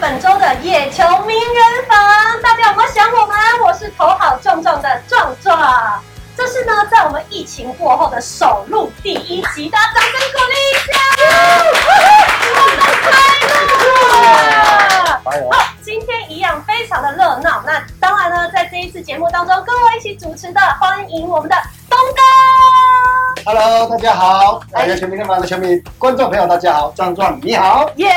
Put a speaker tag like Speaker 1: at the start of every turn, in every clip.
Speaker 1: 本周的野球名人房，大家有没有想我们？我是头好壮壮的壮壮，这是呢在我们疫情过后的首录第一集，大家掌声鼓励一下，我们开录了。
Speaker 2: 加油！
Speaker 1: 好，今天一样非常的热闹。那当然呢，在这一次节目当中，跟我一起主持的，欢迎我们的东哥，
Speaker 2: Hello，大家好，
Speaker 1: 哎
Speaker 2: 大家全民干嘛的球迷观众朋友，大家好，壮壮你好，
Speaker 1: 耶、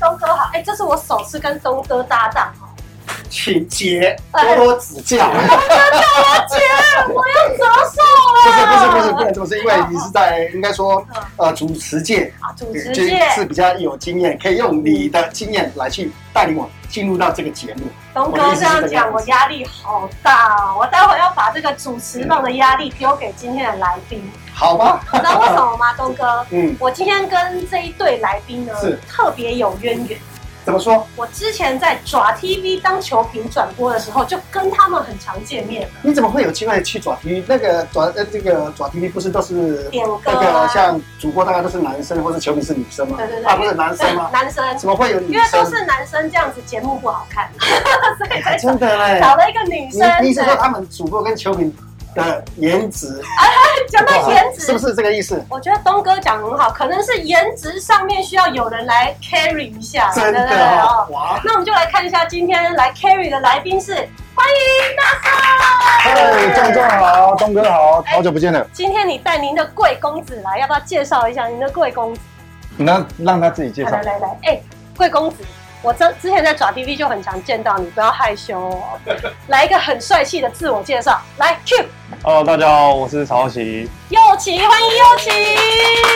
Speaker 1: 东哥好。哎、这是我首次跟东哥搭档哦。
Speaker 2: 请姐
Speaker 1: 哎
Speaker 2: 多多指教。
Speaker 1: 东哥叫我姐，我要折寿
Speaker 2: 不是
Speaker 1: 了。
Speaker 2: 不是不是不能这么说，因为你是在应该说
Speaker 1: 嗯
Speaker 2: 呃主持界，
Speaker 1: 啊，主持
Speaker 2: 就
Speaker 1: 界，
Speaker 2: 是比较有经验，可以用你的经验来去带领我进入到这个节目。
Speaker 1: 东哥这样讲，我压力好大哦。我待会要把这个主持棒的压力丢给今天的来宾。
Speaker 2: 好吧，
Speaker 1: 你知道为什么吗，东哥？
Speaker 2: 嗯，
Speaker 1: 我今天跟这一对来宾呢
Speaker 2: 是，
Speaker 1: 特别有渊源。
Speaker 2: 怎么说？
Speaker 1: 我之前在爪 TV 当球评转播的时候，就跟他们很常见面，
Speaker 2: 你怎么会有机会去爪 TV？那个爪呃这个爪 TV 不是都是
Speaker 1: 点歌
Speaker 2: 那
Speaker 1: 啊
Speaker 2: 个，像主播大概都是男生，或者球迷是女生吗？
Speaker 1: 对对对
Speaker 2: 啊不是男生吗？
Speaker 1: 男生，
Speaker 2: 怎么会有女
Speaker 1: 因为都
Speaker 2: 生？
Speaker 1: 是男生这样子节目不好看，所以才
Speaker 2: 哎真的嘞。
Speaker 1: 找了一个女生。
Speaker 2: 你你是说啊
Speaker 1: 对
Speaker 2: 他们主播跟球迷的颜值
Speaker 1: 讲到颜
Speaker 2: 是不
Speaker 1: 值，
Speaker 2: 是这个意思？
Speaker 1: 我觉得东哥讲得很好，可能是颜值上面需要有人来 carry 一下，对
Speaker 2: 真
Speaker 1: 对
Speaker 2: 的
Speaker 1: 对
Speaker 2: 哦
Speaker 1: 哦，。
Speaker 2: 哇！
Speaker 1: 那我们就来看一下今天来 carry 的来宾是欢迎
Speaker 2: 嘿，
Speaker 1: 大帅。
Speaker 2: 壮壮好，东哥好，好久不见了。
Speaker 1: 今天你带您的贵公子来，要不要介绍一下您的贵公子？
Speaker 3: 那让他自己介绍
Speaker 1: 来。来来，哎、贵公子，我之之前在爪 TV 就很常见到你，不要害羞哦。来一个很帅气的自我介绍，来 Q
Speaker 3: 哦，大家好，我是曹奇。
Speaker 1: 右奇，欢迎右奇。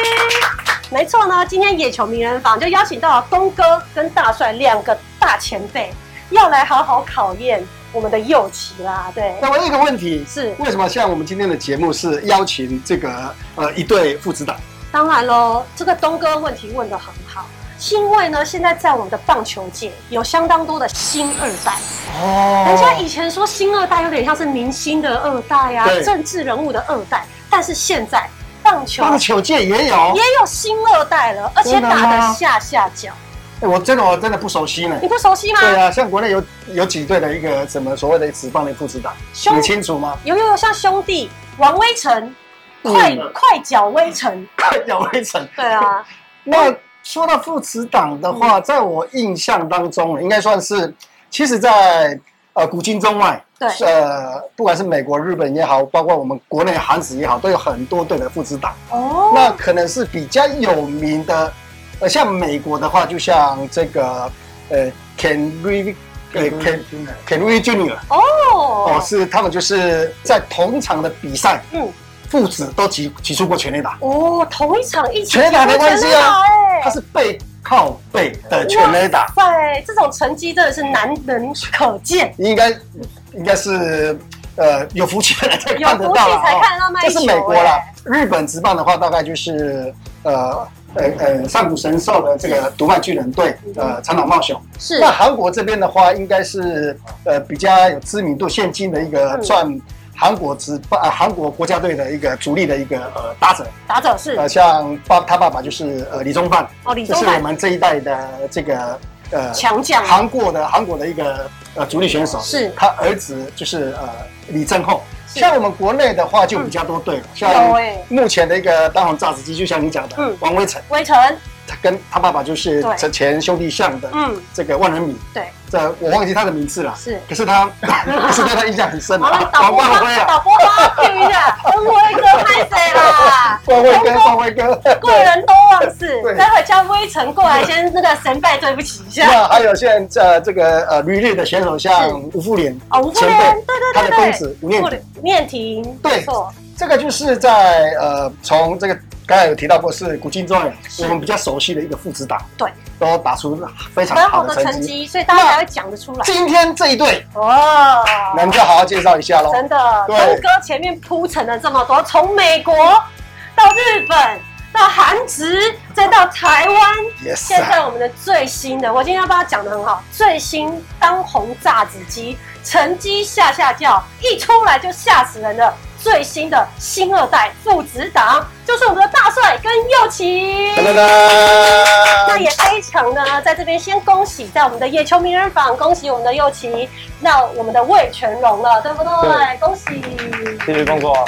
Speaker 1: 没错呢，今天野球名人坊就邀请到了东哥跟大帅两个大前辈，要来好好考验我们的右奇啦。对，
Speaker 2: 那我有一个问题，
Speaker 1: 是
Speaker 2: 为什么像我们今天的节目是邀请这个呃一对父子档？
Speaker 1: 当然喽，这个东哥问题问得很好，因为呢，现在在我们的棒球界有相当多的新二代。
Speaker 2: 哦
Speaker 1: 人家以前说新二代有点像是明星的二代啊，
Speaker 2: 对
Speaker 1: 政治人物的二代，啊但是现在棒球
Speaker 2: 棒球界也有
Speaker 1: 也，有新二代了，而且
Speaker 2: 真的吗
Speaker 1: 打得下下脚，
Speaker 2: 哎我真的我真的不熟悉呢
Speaker 1: 你。不熟悉吗？
Speaker 2: 对啊，像国内有有几队的一个什么所谓的职棒的父子档，
Speaker 1: 兄
Speaker 2: 你清楚吗？
Speaker 1: 有有有像兄弟王威成，快
Speaker 2: 嗯
Speaker 1: 快脚威成，
Speaker 2: 有微尘。
Speaker 1: 对啊，
Speaker 2: 那说到父子党的
Speaker 1: 嗯
Speaker 2: 话，在我印象当中，应该算是，其实在，呃古今中外，
Speaker 1: 对
Speaker 2: 呃，不管是美国、日本也好，包括我们国内韩子也好，都有很多对的父子党。
Speaker 1: 哦，
Speaker 2: 那可能是比较有名的，呃，像美国的话，就像这个，呃，Can We，呃，Can Can We Junior，哦，
Speaker 1: 哦，
Speaker 2: 是他们就是在同场的比赛，
Speaker 1: 嗯，
Speaker 2: 父子都击击出过全垒打。
Speaker 1: 哦，同一场一起
Speaker 2: 全垒打没关系啊
Speaker 1: 哎
Speaker 2: 他是背靠背的全垒打，
Speaker 1: 对，这种成绩真的是难能可见，
Speaker 2: 应该应该是呃有福气的人才
Speaker 1: 有
Speaker 2: 看得
Speaker 1: 福气
Speaker 2: 到啦
Speaker 1: 才
Speaker 2: 哦
Speaker 1: 看得到那一
Speaker 2: 这
Speaker 1: 球、
Speaker 2: 是美国啦
Speaker 1: 哎，
Speaker 2: 日本职棒的话，大概就是呃呃呃上古神兽的这个独卖巨人队，呃长岛茂雄。
Speaker 1: 是
Speaker 2: 那韩国这边的话，应该是呃比较有知名度，现今的一个
Speaker 1: 嗯
Speaker 2: 算韩国职棒、呃韩国国家队的一个主力的一个呃打者，
Speaker 1: 打者是、
Speaker 2: 呃像爸他爸爸就是呃李宗范，
Speaker 1: 哦，李
Speaker 2: 这
Speaker 1: 宗
Speaker 2: 是我
Speaker 1: 翰
Speaker 2: 们这一代的这个呃
Speaker 1: 强将啊
Speaker 2: 韩国的韩国的一个呃主力选手，
Speaker 1: 是
Speaker 2: 他儿子就是呃李正厚。
Speaker 1: 是
Speaker 2: 像我们国内的话就比较多队了，
Speaker 1: 有
Speaker 2: 像
Speaker 1: 哎
Speaker 2: 目前的一个当红炸子鸡，就像你讲的，
Speaker 1: 嗯
Speaker 2: 王威成，
Speaker 1: 威城，
Speaker 2: 他跟他爸爸就是
Speaker 1: 对
Speaker 2: 前前兄弟像的
Speaker 1: 嗯，
Speaker 2: 这个万人迷，
Speaker 1: 对，
Speaker 2: 这我忘记他的名字了，
Speaker 1: 是。
Speaker 2: 可是他 可是对他印象很深
Speaker 1: 好了，导
Speaker 2: 啊王
Speaker 1: 播
Speaker 2: 冠辉
Speaker 1: 帮
Speaker 2: 啊，
Speaker 1: 导播帮 我 Q 一下，恩威哥拍谁啦？
Speaker 2: 冠辉哥，冠辉哥，
Speaker 1: 贵人多忘事，
Speaker 2: 对
Speaker 1: 待会叫威城过来先那个神拜对不起一下。
Speaker 2: 那还有现在呃这个呃旅日的选手像吴富连，
Speaker 1: 哦，吴富
Speaker 2: 前
Speaker 1: 连，
Speaker 2: 辈
Speaker 1: 对对
Speaker 2: 他
Speaker 1: 对
Speaker 2: 的
Speaker 1: 对，
Speaker 2: 公子吴念
Speaker 1: 吴
Speaker 2: 庭
Speaker 1: 念念婷，
Speaker 2: 对
Speaker 1: 没错，
Speaker 2: 这个就是在呃，从这个刚才有提到过，是古今中外我们比较熟悉的一个父子档，
Speaker 1: 对，
Speaker 2: 都打出非常
Speaker 1: 蛮
Speaker 2: 好
Speaker 1: 好
Speaker 2: 的
Speaker 1: 的
Speaker 2: 成
Speaker 1: 成
Speaker 2: 绩。
Speaker 1: 绩，所以大家才会讲得出来。
Speaker 2: 今天这一对，
Speaker 1: 哇，
Speaker 2: 那我们就好好介绍一下喽。
Speaker 1: 真的，
Speaker 2: 对
Speaker 1: 东哥前面铺陈了这么多，从美国到日本，到韩职，再到台湾，
Speaker 2: Yes，
Speaker 1: 现在我们的最新的，我今天要把它讲的很好，最新当红炸子鸡，成绩下下叫，一出来就吓死人的最新的新二代父子档，就是我们的大帅跟右奇。
Speaker 2: 噔噔
Speaker 1: 那
Speaker 2: 噔，
Speaker 1: 也非场呢，在这边先恭喜，在我们的野球名人坊恭喜我们的右旗，那我们的魏全荣了，对不对？
Speaker 3: 对
Speaker 1: 恭喜。
Speaker 3: 谢谢工作，
Speaker 4: 啊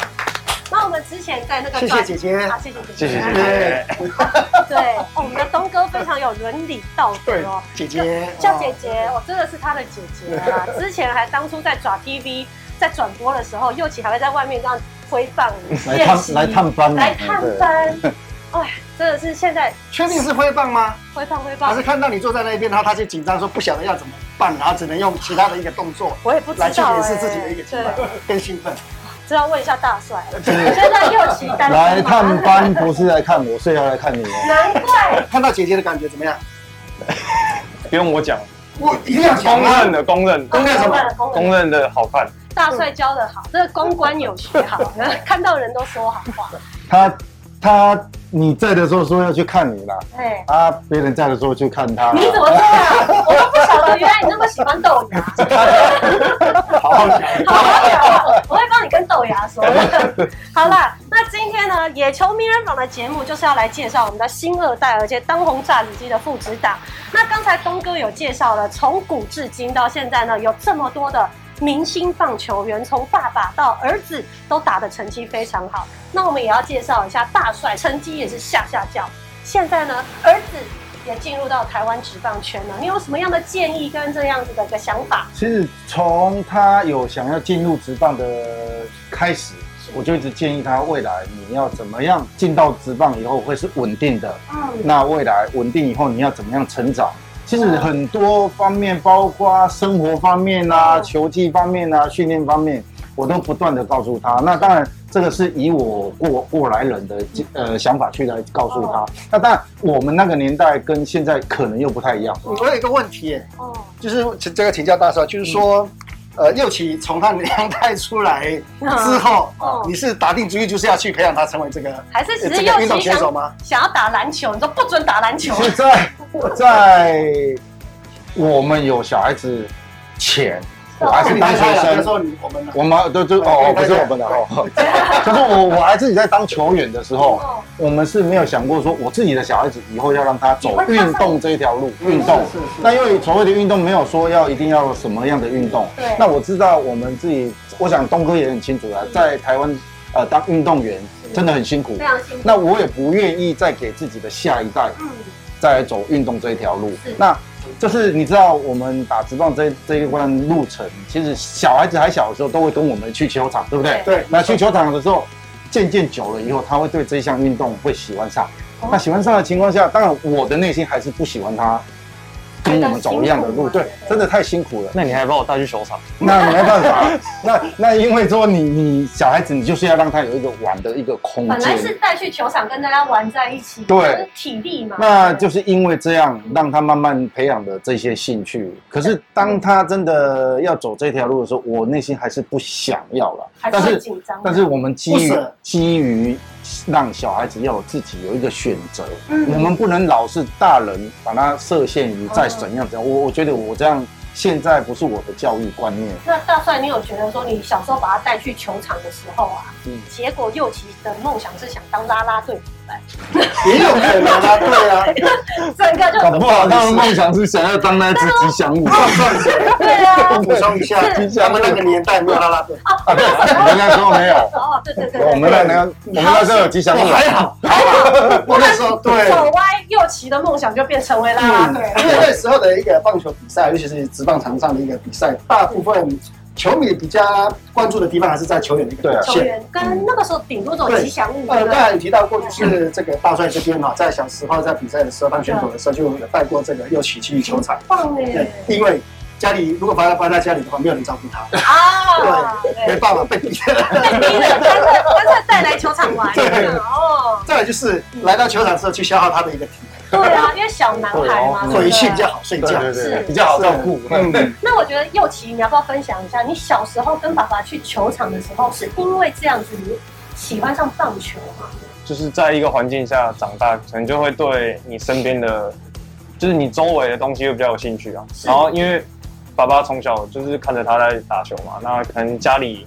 Speaker 1: 那我们之前在那个
Speaker 2: 谢谢
Speaker 1: 转
Speaker 2: 姐姐
Speaker 1: 啊，谢谢姐
Speaker 3: 谢谢谢
Speaker 2: 哎
Speaker 1: 姐。
Speaker 3: 谢。
Speaker 1: 对，哦我们的东哥非常有伦理道德
Speaker 2: 对
Speaker 1: 哦。，
Speaker 2: 姐姐哦
Speaker 1: 叫姐姐，哦我真的是她的姐姐啊！ 之前还当初在抓 TV，在转播的时候，右起还会在外面这样挥棒
Speaker 3: 来
Speaker 1: 练习
Speaker 3: 探来探班嘛，
Speaker 1: 来探班。 哎，真的是现在
Speaker 2: 确定是挥棒吗？
Speaker 1: 挥棒挥
Speaker 2: 还
Speaker 1: 棒
Speaker 2: 是，看到你坐在那边，然后他就紧张，说不晓得要怎么办，然后只能用其他的一个动作
Speaker 1: 我也不知
Speaker 2: 来去
Speaker 1: 道
Speaker 2: 掩
Speaker 1: 哎
Speaker 2: 饰自己的一个期
Speaker 1: 对
Speaker 2: 待，更兴奋。
Speaker 1: 这要问一下大 帅，现在右起单身吗
Speaker 3: 对来探，班不是来看我，是要来看你哦。
Speaker 1: 难怪
Speaker 2: 看到姐姐的感觉怎么样？
Speaker 3: 不用我讲，
Speaker 2: 我一定要
Speaker 3: 公
Speaker 2: 讲啊
Speaker 3: 认！的，公认，
Speaker 2: 公认什么？
Speaker 1: 公认
Speaker 3: 公认的好看。
Speaker 1: 大帅教的好，这个公关有学 好，看到人都说好话。
Speaker 3: 他他你在的时候说要去看你啦，
Speaker 1: 哎，
Speaker 3: 啊，别人在的时候去看
Speaker 2: 啊
Speaker 3: 他。
Speaker 1: 你怎么这样？我都不晓得，原来你那么啊喜欢豆芽。
Speaker 3: 好好讲？
Speaker 1: 好好讲话， 我会帮你跟豆芽说。 好啦，那今天呢，野球名人榜的节目就是要来介绍我们的新二代，而且当红炸子鸡的父子档。那刚才东哥有介绍了，从古至今到现在呢，有这么多的。明星棒球员从爸爸到儿子都打的成绩非常好，那我们也要介绍一下大帅，成绩也是下下叫。现在呢，儿子也进入到台湾职棒圈了，你有什么样的建议跟这样子的一个想法？
Speaker 3: 其实从他有想要进入职棒的开始，我就一直建议他未来你要怎么样进到职棒以后会是稳定的。
Speaker 1: 嗯，
Speaker 3: 那未来稳定以后你要怎么样成长？其实很多方面，包括生活方面啊、
Speaker 1: 嗯
Speaker 3: 球技方面啊、训练方面，我都不断的告诉他。那当然，这个是以我过过来人的呃想法去来告诉他。那当然，我们那个年代跟现在可能又不太一样。
Speaker 2: 我有一个问题耶，
Speaker 1: 哦。
Speaker 2: 就是请这个请教大少，就是说，呃，右起从他娘胎出来之后啊
Speaker 1: 哦，
Speaker 2: 你是打定主意就是要去培养他成为这个
Speaker 1: 还是只
Speaker 2: 呃
Speaker 1: 是
Speaker 2: 这
Speaker 1: 右
Speaker 2: 个运动
Speaker 1: 旗
Speaker 2: 选手吗
Speaker 1: 想？想要打篮球，你说不准打篮球，
Speaker 3: 是在在我们有小孩子前，
Speaker 1: 哦
Speaker 3: 我还是当学
Speaker 2: 了，那
Speaker 3: 生
Speaker 2: 时。候你我们呢
Speaker 3: 我们都就哦，不是我们的哦，就是我我还自己在当球员的时候，我们是没有想过说我自己的小孩子以后要让他走运动这一条路，运动
Speaker 2: 嗯是是是。
Speaker 3: 那因为所谓的运动没有说要一定要什么样的运动
Speaker 1: 对，
Speaker 3: 那我知道我们自己，我想东哥也很清楚
Speaker 2: 嗯
Speaker 3: 啦，在台湾呃当运动员真的很辛苦
Speaker 1: 非，
Speaker 2: 啊
Speaker 1: 常辛苦。
Speaker 3: 那我也不愿意再给自己的下一代
Speaker 1: 嗯，
Speaker 3: 再来走运动这一条路
Speaker 1: 是。
Speaker 3: 那就是你知道，我们打直棒这这一段路程，其实小孩子还小的时候都会跟我们去球场，对不对？
Speaker 1: 对
Speaker 2: 对，
Speaker 3: 那去球场的时候，渐渐久了以后，他会对这项运动会喜欢上。
Speaker 1: 哦
Speaker 3: 那喜欢上的情况下，当然我的内心还是不喜欢他跟我们走一样的路，对，真的太辛苦了。
Speaker 4: 那你还把我带去球场？
Speaker 3: 那没办法，那 那因为说你你小孩子，你就是要让他有一个玩的一个空间。
Speaker 1: 本来是带去球场跟大家玩在一起，
Speaker 3: 对
Speaker 1: 就是体力嘛。
Speaker 3: 那就是因为这样，让他慢慢培养的这些兴趣。可是当他真的要走这条路的时候，我内心还是不想要了。
Speaker 1: 还是
Speaker 3: 但
Speaker 1: 会
Speaker 3: 是，
Speaker 1: 紧张。
Speaker 3: 但是我们基
Speaker 2: 不
Speaker 3: 于
Speaker 2: 舍
Speaker 3: 基于让小孩子要有自己有一个选择，
Speaker 1: 嗯
Speaker 3: 我们不能老是大人把他设限于在怎样怎样。我我觉得我这样现在不是我的教育观念。
Speaker 1: 那大帅，你有觉得说你小时候把他带去球场的时候啊，
Speaker 3: 嗯
Speaker 1: 结果右旗的梦想是想当啦啦队，
Speaker 2: 也有可能啊，对啊，
Speaker 1: 整个就
Speaker 3: 搞不好他的梦想是想要当那只吉祥 物。
Speaker 1: 对啊
Speaker 2: 我。补充一下，他们那个年代没有啦啦队，
Speaker 3: 啊，对，人家说没 有。
Speaker 1: 哦，对对对对，
Speaker 3: 我们那那我们那时候有吉祥物，
Speaker 2: 还好，哦我那时候对。嗯
Speaker 1: 走歪右旗的梦想就变成为啦啦队了。
Speaker 2: 因为那时候的一个棒球比赛，尤其是职棒场上的一个比赛，大部分球迷比较关注的地方还是在球员的一个表
Speaker 3: 啊
Speaker 1: 球
Speaker 2: 现。
Speaker 1: 员跟那个时候顶多走吉祥物，
Speaker 2: 呃，
Speaker 1: 对不
Speaker 2: 刚
Speaker 1: 对
Speaker 2: 才你提到过，就是这个大帅这边哈，在小时候在比赛的时候当选手的时候，就有带过这个右起去球场。
Speaker 1: 棒
Speaker 2: 对
Speaker 1: 哎，
Speaker 2: 因为家里如果把他放在家里的话，没有人照顾他，
Speaker 1: 啊，
Speaker 2: 没
Speaker 1: 对，
Speaker 2: 办法被逼的。
Speaker 1: 被逼的，干脆干脆带来球场玩，
Speaker 2: 对
Speaker 1: 这样哦，
Speaker 2: 再来就是来到球场之后去消耗他的一个体
Speaker 1: 对啊，因为小男孩嘛，
Speaker 3: 对
Speaker 1: 对
Speaker 2: 力，
Speaker 1: 不对
Speaker 2: 回去比较好睡
Speaker 3: 对
Speaker 2: 觉。
Speaker 3: 对对，
Speaker 1: 是
Speaker 3: 比较好照顾。
Speaker 2: 嗯，
Speaker 1: 那我觉得佑琪，你要不要分享一下，你小时候跟爸爸去球场的时候，是因为这样子你喜欢上棒球吗？
Speaker 4: 就是在一个环境下长大，可能就会对你身边的，就是你周围的东西会比较有兴趣啊。
Speaker 1: 是
Speaker 4: 然后因为爸爸从小就是看着他在打球嘛，那可能家里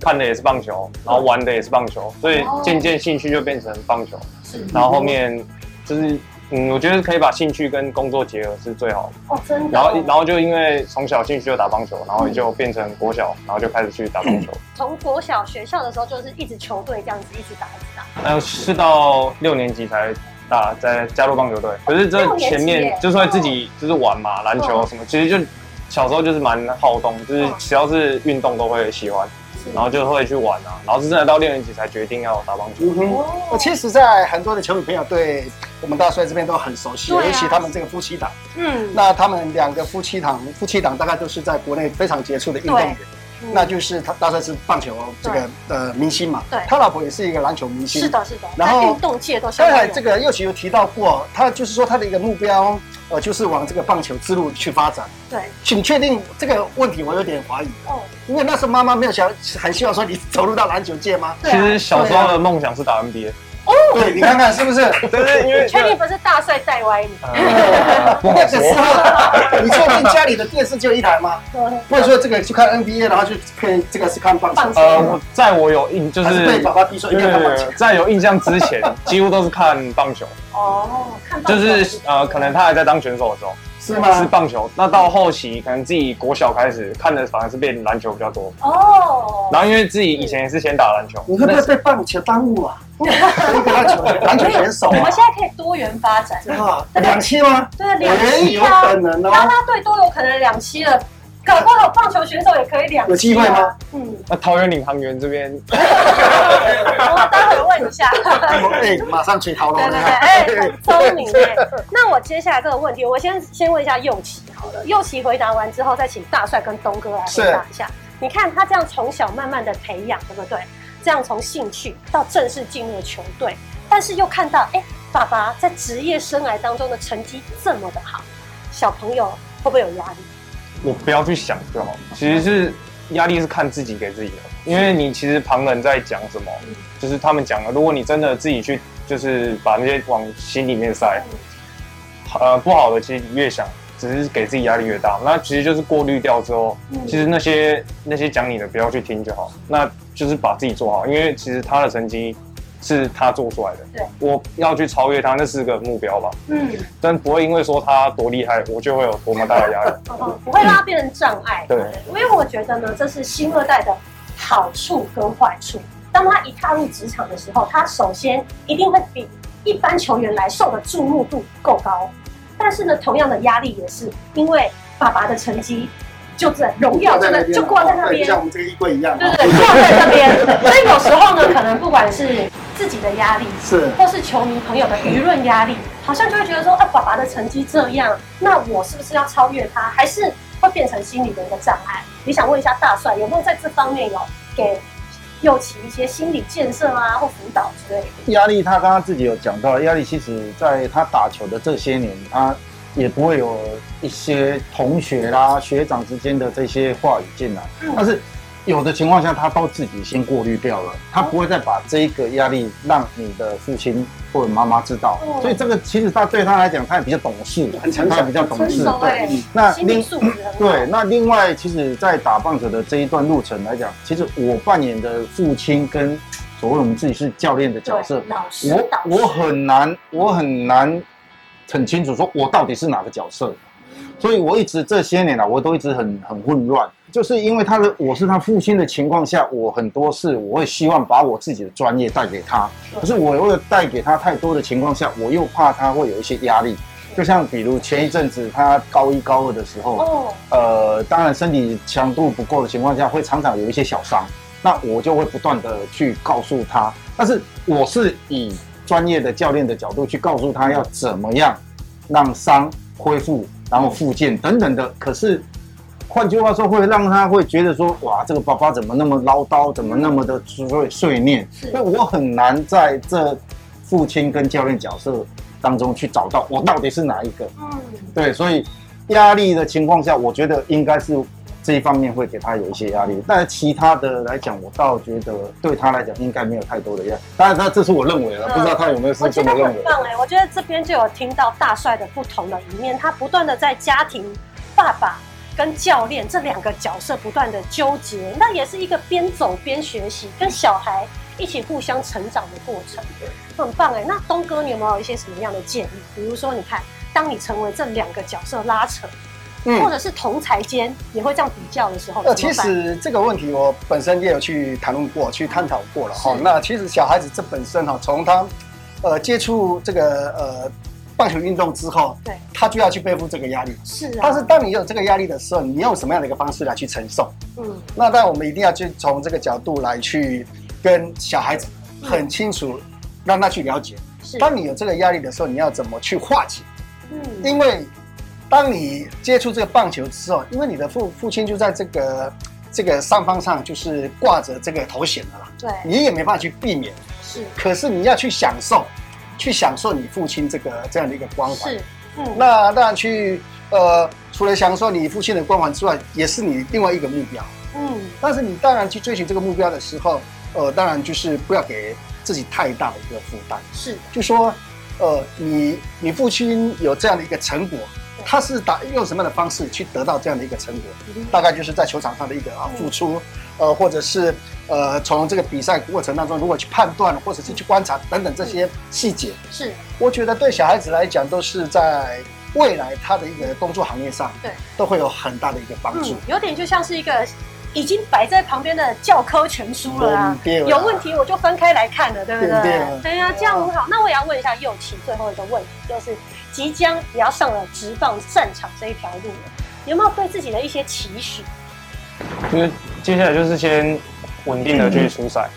Speaker 4: 看的也是棒球，然后玩的也是棒球，所以
Speaker 1: 哦
Speaker 4: 渐渐兴趣就变成棒球。
Speaker 1: 是，
Speaker 4: 然后后面就是嗯，我觉得可以把兴趣跟工作结合是最好的。
Speaker 1: 哦，真的
Speaker 4: 然
Speaker 1: 哦、
Speaker 4: 后，然后就因为从小兴趣就打棒球，然后就变成国小，然后就开始去打棒球。
Speaker 1: 从国小学校的时候就是一直球队这样子，一直打，一直打。
Speaker 4: 呃，是到六年级才打，再加入棒球队。可是这
Speaker 1: 六
Speaker 4: 前
Speaker 1: 年级
Speaker 4: 面
Speaker 1: 耶嗯
Speaker 4: 就是会自己就是玩嘛，篮球什么，其实就小时候就是蛮好动，就是
Speaker 1: 嗯
Speaker 4: 只要是运动都会喜欢，
Speaker 1: 是
Speaker 4: 然后就会去玩啊。然后是真的到六年级才决定要打棒球。
Speaker 2: 嗯哼，
Speaker 1: 哦
Speaker 2: 那其实，在很多的球迷朋友对我们大帅这边都很熟悉，
Speaker 1: 对啊
Speaker 2: 尤其他们这个夫妻档。
Speaker 1: 嗯，
Speaker 2: 那他们两个夫妻档，夫妻档大概都是在国内非常杰出的运动员，
Speaker 1: 嗯
Speaker 2: 那就是他大帅是棒球这个呃明星嘛，
Speaker 1: 对
Speaker 2: 他老婆也是一个篮球明星。
Speaker 1: 是。的，是的，
Speaker 2: 然后
Speaker 1: 在运动界都相
Speaker 2: 刚
Speaker 1: 当
Speaker 2: 才
Speaker 1: 有
Speaker 2: 这个右奇有提到过，他就是说他的一个目标，呃，就是往这个棒球之路去发展。
Speaker 1: 对
Speaker 2: 请确定这个问题，我有点怀疑，
Speaker 1: 哦，
Speaker 2: 因为那时候妈妈没有想很希望说你走入到篮球界吗？
Speaker 1: 对
Speaker 4: 其
Speaker 1: 啊啊
Speaker 4: 实小时候的梦想是打 NBA，
Speaker 2: 对，你看看是不是？
Speaker 4: 但是因为
Speaker 1: 你确定不是大帅带歪你？
Speaker 4: 呃
Speaker 3: 不
Speaker 2: 啊
Speaker 3: 好
Speaker 2: 那个时
Speaker 3: 说。
Speaker 2: 候，你确定家里的电视就一台吗？不会说这个去看 NBA，然后去看这个是看棒
Speaker 1: 棒
Speaker 2: 球
Speaker 1: 球，
Speaker 4: 呃，我在我有印就
Speaker 2: 还是被
Speaker 4: 是
Speaker 2: 爸爸逼说一定要看棒球？
Speaker 4: 在有印象之 前，几乎都是看棒球，
Speaker 1: 哦，看棒
Speaker 4: 就
Speaker 1: 球
Speaker 4: 是呃，可能他还在当选手的时候。
Speaker 2: 是吗？
Speaker 4: 是棒球。那到后期可能自己国小开始看的反而是变篮球比较多，
Speaker 1: 哦，
Speaker 4: 然后因为自己以前也是先打篮球，
Speaker 2: 你会不会被棒球耽误 啊？ 一个篮球篮球选手
Speaker 1: 我们
Speaker 2: 啊
Speaker 1: 现，在可以多元发展，
Speaker 2: 啊，两期吗？
Speaker 1: 对，两
Speaker 2: 哎
Speaker 1: 栖
Speaker 2: 有
Speaker 1: 啊
Speaker 2: 可，能
Speaker 1: 啦
Speaker 2: 哦。
Speaker 1: 啦队都有可能两栖了，搞不好棒球选手也可以两栖、啊。
Speaker 2: 有机会吗？
Speaker 1: 嗯，
Speaker 4: 那桃园领航员这边
Speaker 1: 我待会问一 下。
Speaker 2: 哎，马上去讨
Speaker 1: 对
Speaker 2: 论
Speaker 1: 对对， 哎、很聪明哎。那我接下来这个问题，我先先问一下右奇好了。右奇回答完之后，再请大帅跟东哥来回答一下。你看他这样从小慢慢的培养，对不对？这样从兴趣到正式进入球队，但是又看到哎、爸爸在职业生涯当中的成绩这么的好，小朋友会不会有压力？
Speaker 4: 我不要去想就好。其实是压力是看自己给自己的，因为你其实旁人在讲什么，就是他们讲的。如果你真的自己去，就是把那些往心里面塞，呃，不好的其实越想，只是给自己压力越大。那其实就是过滤掉之后，其实那些那些讲你的不要去听就好，那就是把自己做好，因为其实他的成绩。是他做出来的，
Speaker 1: 对，
Speaker 4: 我要去超越他，那是个目标吧。
Speaker 1: 嗯，
Speaker 4: 但不会因为说他多厉害，我就会有多么大的压力。
Speaker 1: 哦不会让它变成障碍。
Speaker 4: 对
Speaker 1: 因为我觉得呢，这是新二代的好处跟坏处。当他一踏入职场的时候，他首先一定会比一般球员来受的注目度够高，但是呢，同样的压力也是因为爸爸的成绩就在荣耀真的就挂在那边，
Speaker 2: 像我们这个衣柜一样啊
Speaker 1: 对。对对，挂在那边。所以有时候呢，可能不管是自己的压力，
Speaker 2: 是
Speaker 1: 或是球迷朋友的舆论压力，好像就会觉得说，啊，爸爸的成绩这样，那我是不是要超越他？还是会变成心理的一个障碍？你想问一下大帅，有没有在这方面有给右奇一些心理建设啊，或辅导之类的？
Speaker 3: 压力，他刚刚自己有讲到，压力其实在他打球的这些年，他也不会有一些同学啦、学长之间的这些话语进来
Speaker 1: 嗯，
Speaker 3: 但是有的情况下，他都自己先过滤掉了，他不会再把这一个压力让你的父亲或者妈妈知道
Speaker 1: 哦，
Speaker 3: 所以这个其实他对他来讲，他也比较懂事，
Speaker 2: 很成熟
Speaker 3: 他也比较懂
Speaker 1: 成
Speaker 3: 事，
Speaker 1: 熟哎
Speaker 3: 对。那
Speaker 1: 心理
Speaker 3: 另
Speaker 1: 素啊质很好。
Speaker 3: 对，那另外，其实，在打棒球的这一段路程来讲，其实我扮演的父亲跟所谓我们自己是教练的角色
Speaker 1: 对，老师
Speaker 3: 我
Speaker 1: 导师
Speaker 3: 我很难，我很难很清楚说我到底是哪个角色，所以我一直这些年来，我都一直很很混乱，就是因为他的我是他父亲的情况下，我很多事我会希望把我自己的专业带给他，可是我又带给他太多的情况下，我又怕他会有一些压力，就像比如前一阵子他高一高二的时候。
Speaker 1: 哦，
Speaker 3: 呃，当然身体强度不够的情况下，会常常有一些小伤。那我就会不断的去告诉他，但是我是以专业的教练的角度去告诉他要怎么样让伤恢复，然后复健等等的。可是换句话说，会让他会觉得说，哇，这个爸爸怎么那么唠叨，怎么那么的碎碎念？
Speaker 1: 是
Speaker 3: 所以我很难在这父亲跟教练角色当中去找到我到底是哪一个。
Speaker 1: 嗯，
Speaker 3: 对，所以压力的情况下，我觉得应该是这一方面会给他有一些压力，但其他的来讲，我倒觉得对他来讲应该没有太多的压力。当然，他这是我认为了，
Speaker 1: 嗯
Speaker 3: 不知道他有没有
Speaker 1: 我觉
Speaker 3: 是这
Speaker 1: 得
Speaker 3: 么认
Speaker 1: 很
Speaker 3: 为。
Speaker 1: 棒哎，我觉得这边就有听到大帅的不同的一面，他不断的在家庭、爸爸跟教练这两个角色不断的纠结，那也是一个边走边学习，跟小孩一起互相成长的过程，很棒哎。那东哥，你有没有一些什么样的建议？比如说，你看，当你成为这两个角色拉扯，或
Speaker 2: 嗯，
Speaker 1: 者是同才间也会这样比较的时候，
Speaker 2: 呃，
Speaker 1: 怎
Speaker 2: 其
Speaker 1: 么办
Speaker 2: 实这个问题我本身也有去谈论过，去探讨过了哈
Speaker 1: 是。
Speaker 2: 那其实小孩子这本身哈，从他呃接触这个呃棒球运动之后，
Speaker 1: 对
Speaker 2: 他就要去背负这个压力。
Speaker 1: 是啊，
Speaker 2: 但是当你有这个压力的时候，你用什么样的一个方式来去承受？
Speaker 1: 嗯，
Speaker 2: 那但我们一定要去从这个角度来去跟小孩子很清楚，让他去了解。
Speaker 1: 是，
Speaker 2: 当你有这个压力的时候，你要怎么去化解？
Speaker 1: 嗯
Speaker 2: 因为当你接触这个棒球之后，因为你的父父亲就在这个这个上方上，就是挂着这个头衔的啦，
Speaker 1: 对
Speaker 2: 你也没办法去避免。
Speaker 1: 是
Speaker 2: 可是你要去享受，去享受你父亲这个这样的一个光环。
Speaker 1: 是嗯
Speaker 2: 那当然去呃，除了享受你父亲的光环之外，也是你另外一个目标。
Speaker 1: 嗯
Speaker 2: 但是你当然去追寻这个目标的时候，呃，当然就是不要给自己太大的一个负担。
Speaker 1: 是
Speaker 2: 就说，呃，你你父亲有这样的一个成果，他是打用什么样的方式去得到这样的一个成果？
Speaker 1: 嗯
Speaker 2: 大概就是在球场上的一个啊
Speaker 1: 嗯
Speaker 2: 付出，呃，或者是呃从这个比赛过程当中，如果去判断或者是去观察等等这些细节，
Speaker 1: 是
Speaker 2: 我觉得对小孩子来讲都是在未来他的一个工作行业上，
Speaker 1: 对，
Speaker 2: 都会有很大的一个帮助
Speaker 1: 嗯。，有点就像是一个已经摆在旁边的教科全书了啊。
Speaker 2: 对啦
Speaker 1: 有问题我就翻开来看了，对不
Speaker 2: 对不
Speaker 1: 对
Speaker 2: 对？
Speaker 1: 对呀、这样很好。那我也要问一下右奇最后一个问题，就是即将也要上了职棒战场这一条路了，有没有对自己的一些期许？
Speaker 4: 就是接下来就是先稳定的去出赛，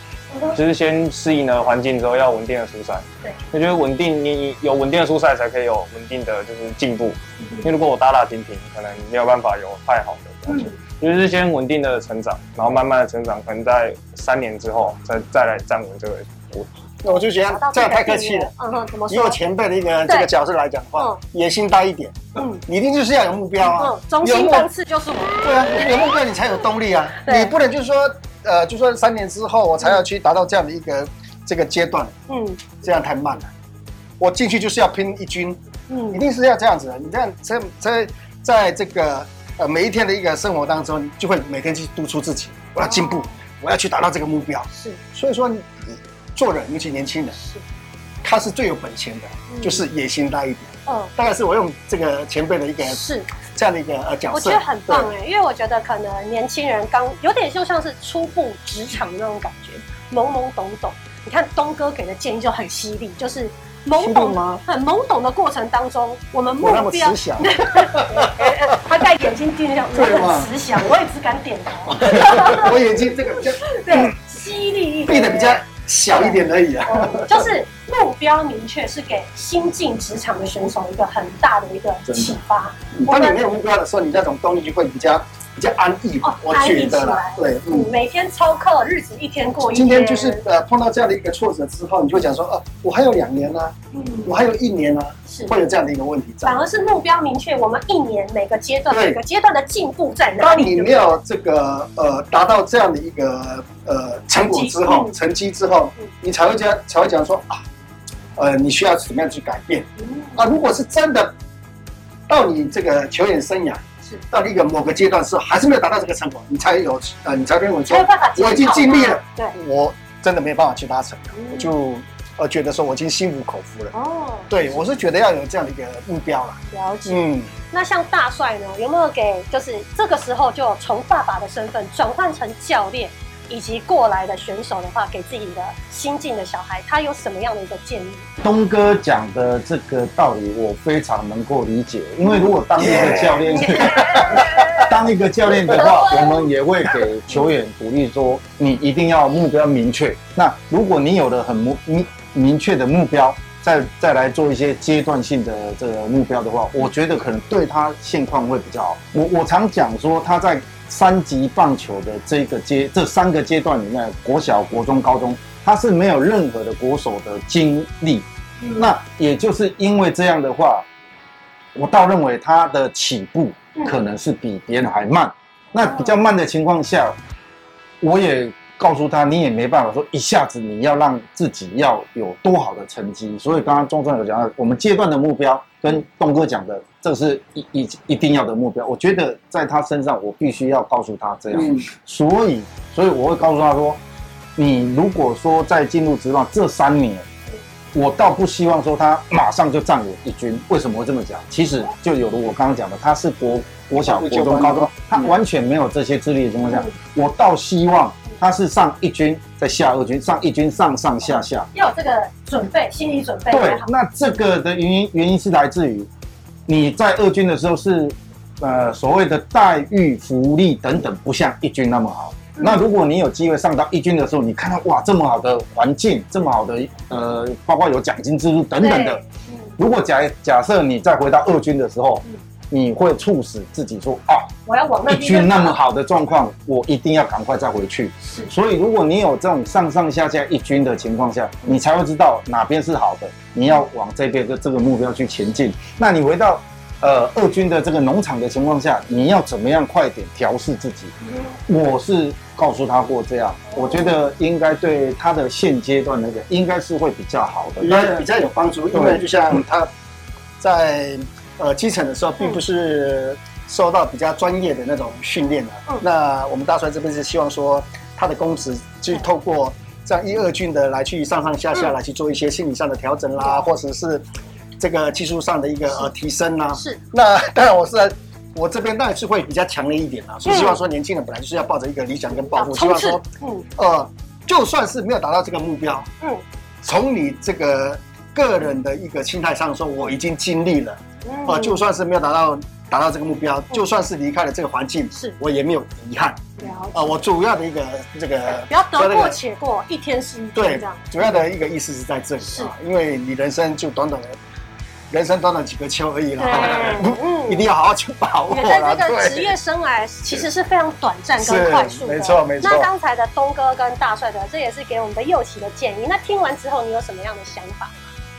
Speaker 4: 就是先适应了环境之后要稳定的出赛。
Speaker 1: 嗯对，
Speaker 4: 我觉得稳定，你有稳定的出赛才可以有稳定的就是进步。因为如果我打打停停，可能没有办法有太好的东西。就是先稳定的成长，然后慢慢的成长，可能在三年之后再再来站稳这个舞
Speaker 2: 那我就觉
Speaker 1: 找到
Speaker 2: 得这样太客
Speaker 1: 自己的
Speaker 2: 气
Speaker 1: 定
Speaker 2: 了
Speaker 1: 位。。嗯哼，怎么
Speaker 2: 以有
Speaker 1: 说？
Speaker 2: 前辈的一个
Speaker 1: 对
Speaker 2: 这个角色来讲的话，野心大一点，
Speaker 1: 嗯
Speaker 2: 你一定就是要有目标啊
Speaker 1: 嗯，，中
Speaker 2: 有
Speaker 1: 心
Speaker 2: 目
Speaker 1: 棒次就是我。
Speaker 2: 对啊，有目标你才有动力啊，
Speaker 1: 对
Speaker 2: 你不能就是说，呃，就说三年之后我才要去达到这样的一个这个阶段，
Speaker 1: 嗯
Speaker 2: 这样太慢了。我进去就是要拼一军，一
Speaker 1: 嗯，
Speaker 2: 定是要这样子的。你这样在在在这个呃每一天的一个生活当中，你就会每天去督促自己，我要
Speaker 1: 哦
Speaker 2: 进步，我要去达到这个目标。
Speaker 1: 是
Speaker 2: 所以说，你做人，尤其年轻人，
Speaker 1: 是，
Speaker 2: 他是最有本钱的，
Speaker 1: 嗯
Speaker 2: 就是野心大一点。
Speaker 1: 嗯
Speaker 2: 大概是我用这个前辈的一个
Speaker 1: 是。
Speaker 2: 这样的一个呃角色，
Speaker 1: 我觉得很棒
Speaker 2: 对。
Speaker 1: 哎、因为我觉得可能年轻人刚有点就像是初步职场那种感觉，懵懵懂懂。你看东哥给的建议就很犀利，就是懵
Speaker 2: 犀利
Speaker 1: 懂
Speaker 2: 吗
Speaker 1: 很懵懂的过程当中，我们目
Speaker 2: 我那么
Speaker 1: 标
Speaker 2: 慈，祥，
Speaker 1: 他戴眼镜定 向，我
Speaker 2: 对
Speaker 1: 很
Speaker 2: 嘛
Speaker 1: 慈祥，我也只敢点 头。
Speaker 2: 我眼睛这个比较
Speaker 1: 对，犀利一点，
Speaker 2: 闭的比较小一点而已 啊。
Speaker 1: 哦 就是目标明确，是给新进职场的选手一个很大的一个启发。
Speaker 2: 当你没有目标的时候，你那种动力就会比较比较安逸吧
Speaker 1: 哦，
Speaker 2: 我觉得啦
Speaker 1: 安逸起来。
Speaker 2: 对，
Speaker 1: 嗯
Speaker 2: 嗯，。
Speaker 1: 每天操课，日子一天过一
Speaker 2: 今天就是呃碰到这样的一个挫折之后，你就会讲说，哦、我还有两年呢、啊，
Speaker 1: 嗯，
Speaker 2: 我还有一年呢、啊，
Speaker 1: 是
Speaker 2: 会有这样的一个问题在
Speaker 1: 反。而是目标明确，我们一年每个阶段
Speaker 2: 对
Speaker 1: 每个阶段的进步在哪
Speaker 2: 当
Speaker 1: 里？
Speaker 2: 你
Speaker 1: 对不
Speaker 2: 没
Speaker 1: 对
Speaker 2: 有这个呃达到这样的一个呃成果之后，
Speaker 1: 嗯
Speaker 2: 成绩之后
Speaker 1: 嗯，
Speaker 2: 你才会讲才会讲说啊，呃，你需要怎么样去改变。
Speaker 1: 嗯
Speaker 2: 啊，如果是真的到你这个球员生涯
Speaker 1: 是
Speaker 2: 到一个某个阶段的时候，还是没有达到这个成果，你才有呃，你才认为说
Speaker 1: 才有办法检讨
Speaker 2: 我已经尽力了，
Speaker 1: 对，
Speaker 2: 我真的没办法去达成，
Speaker 1: 嗯
Speaker 2: 我就呃觉得说我已经心服口服了。
Speaker 1: 哦，
Speaker 2: 对，我是觉得要有这样的一个目标啦。
Speaker 1: 了解。
Speaker 2: 嗯，
Speaker 1: 那像大帅呢，有没有给就是这个时候就从爸爸的身份转换成教练，以及过来的选手的话，给自己的新进的小孩，他有什么样的一个建 议？
Speaker 3: 东哥讲的这个道理，我非常能够理解，因为如果当一个教练
Speaker 1: 嗯
Speaker 3: 当一个教练的话，我们也会给球员鼓励说，你一定要目标明确。那如果你有了很目明明确的目标，再再来做一些阶段性的这个目标的话，我觉得可能对他现况会比较好。我我常讲说，他在三级棒球的这个阶这三个阶段里面，国小、国中、高中，他是没有任何的国手的经历。那也就是因为这样的话，我倒认为他的起步可能是比别人还慢。那比较慢的情况下，我也告诉他，你也没办法说一下子你要让自己要有多好的成绩。所以刚刚钟总有讲到，我们阶段的目标跟东哥讲的，这是一一一定要的目标。我觉得在他身上，我必须要告诉他这样。
Speaker 2: 嗯
Speaker 3: 所以，所以我会告诉他说，你如果说在进入职棒这三年，我倒不希望说他马上就占我一军。为什么会这么讲？其实就有了我刚刚讲的，他是国国小、国中、高中，他完全没有这些资历的情况下，我倒希望他是上一军，再下二军，上一军，上上下下。
Speaker 1: 要有这个准备，心理准备。
Speaker 3: 对，那这个的原因原因是来自于你在二军的时候是呃所谓的待遇、福利等等不像一军那么好。
Speaker 1: 嗯
Speaker 3: 那如果你有机会上到一军的时候，你看到哇这么好的环境，这么好的呃，包括有奖金制度等等的
Speaker 1: 对。，嗯，
Speaker 3: 如果假假设你再回到二军的时候
Speaker 1: 嗯，
Speaker 3: 你会促使自己说啊，
Speaker 1: 我要哦往那
Speaker 3: 一军
Speaker 1: 边
Speaker 3: 那么好的状况，我一定要赶快再回去。
Speaker 1: 啊是
Speaker 3: 所以，如果你有这种上上下下一军的情况下，
Speaker 1: 嗯
Speaker 3: 你才会知道哪边是好的，你要往这边的这个目标去前进。那你回到呃二军的这个农场的情况下，你要怎么样快点调试自己？
Speaker 1: 嗯
Speaker 3: 我是告诉他过这样，我觉得应该对他的现阶段那个应该是会比较好的。
Speaker 2: 比较比较有帮助，因为就像他在呃基层的时候，并不是受到比较专业的那种训练的。啊
Speaker 1: 嗯
Speaker 2: 那我们大帅这边是希望说，他的公职去透过这样一二军的来去上上下下
Speaker 1: 嗯
Speaker 2: 来去做一些心理上的调整啦，或者是这个技术上的一个呃提升啦。
Speaker 1: 是
Speaker 2: 那当然我是。我这边当然是会比较强烈一点啦，所以希望说年轻人本来就是要抱着一个理想跟抱负，希
Speaker 1: 嗯冲
Speaker 2: 望
Speaker 1: 刺
Speaker 2: 说，
Speaker 1: 嗯
Speaker 2: 呃，就算是没有达到这个目标，
Speaker 1: 嗯
Speaker 2: 从你这个个人的一个心态上说，我已经尽力了，
Speaker 1: 嗯
Speaker 2: 呃，就算是没有达到达到这个目标，就算是离开了这个环境，
Speaker 1: 是
Speaker 2: 我也没有遗憾。
Speaker 1: 了解
Speaker 2: 呃，我主要的一个这个
Speaker 1: 不要得
Speaker 2: 那
Speaker 1: 过
Speaker 2: 个
Speaker 1: 且过，一天是一天
Speaker 2: 对
Speaker 1: 这样。，
Speaker 2: 主要的一个意思是在这里
Speaker 1: 是
Speaker 2: 啊，因为你人生就短短的，人生短短几个秋而已啦
Speaker 1: 对，嗯
Speaker 2: 一定要好好去把握
Speaker 1: 也在
Speaker 2: 啦。
Speaker 1: 这个职
Speaker 2: 对，
Speaker 1: 业生涯其实是非常短暂跟
Speaker 2: 是
Speaker 1: 快速的，
Speaker 2: 没错没错
Speaker 1: 那刚才的东哥跟大帅哥，这也是给我们的右旗的建议。那听完之后，你有什么样的想法？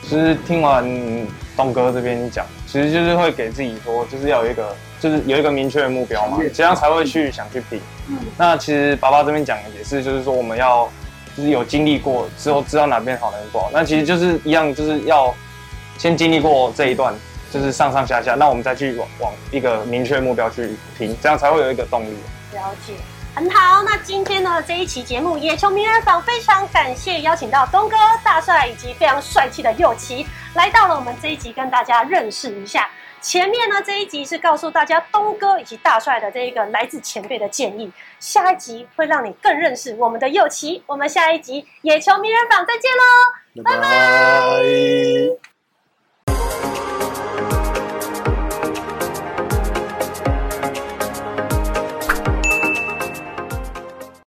Speaker 4: 就是听完东哥这边讲，其实就是会给自己说，就是要有一个，就是有一个明确的目标嘛
Speaker 2: 强烈，
Speaker 4: 这样才会去想去比。
Speaker 1: 嗯
Speaker 4: 那其实爸爸这边讲的也是，就是说我们要就是有经历过之后，知道哪边好，哪边不好。那其实就是一样，就是要先经历过这一段，就是上上下下，那我们再去往往一个明确的目标去拼，这样才会有一个动力。
Speaker 1: 了解。很好，那今天呢这一期节目《野球名人坊》非常感谢邀请到东哥、大帅以及非常帅气的右旗来到了我们这一集，跟大家认识一下。前面呢这一集是告诉大家东哥以及大帅的这一个来自前辈的建议，下一集会让你更认识我们的右旗。我们下一集《野球名人坊》再见喽！
Speaker 2: 拜拜。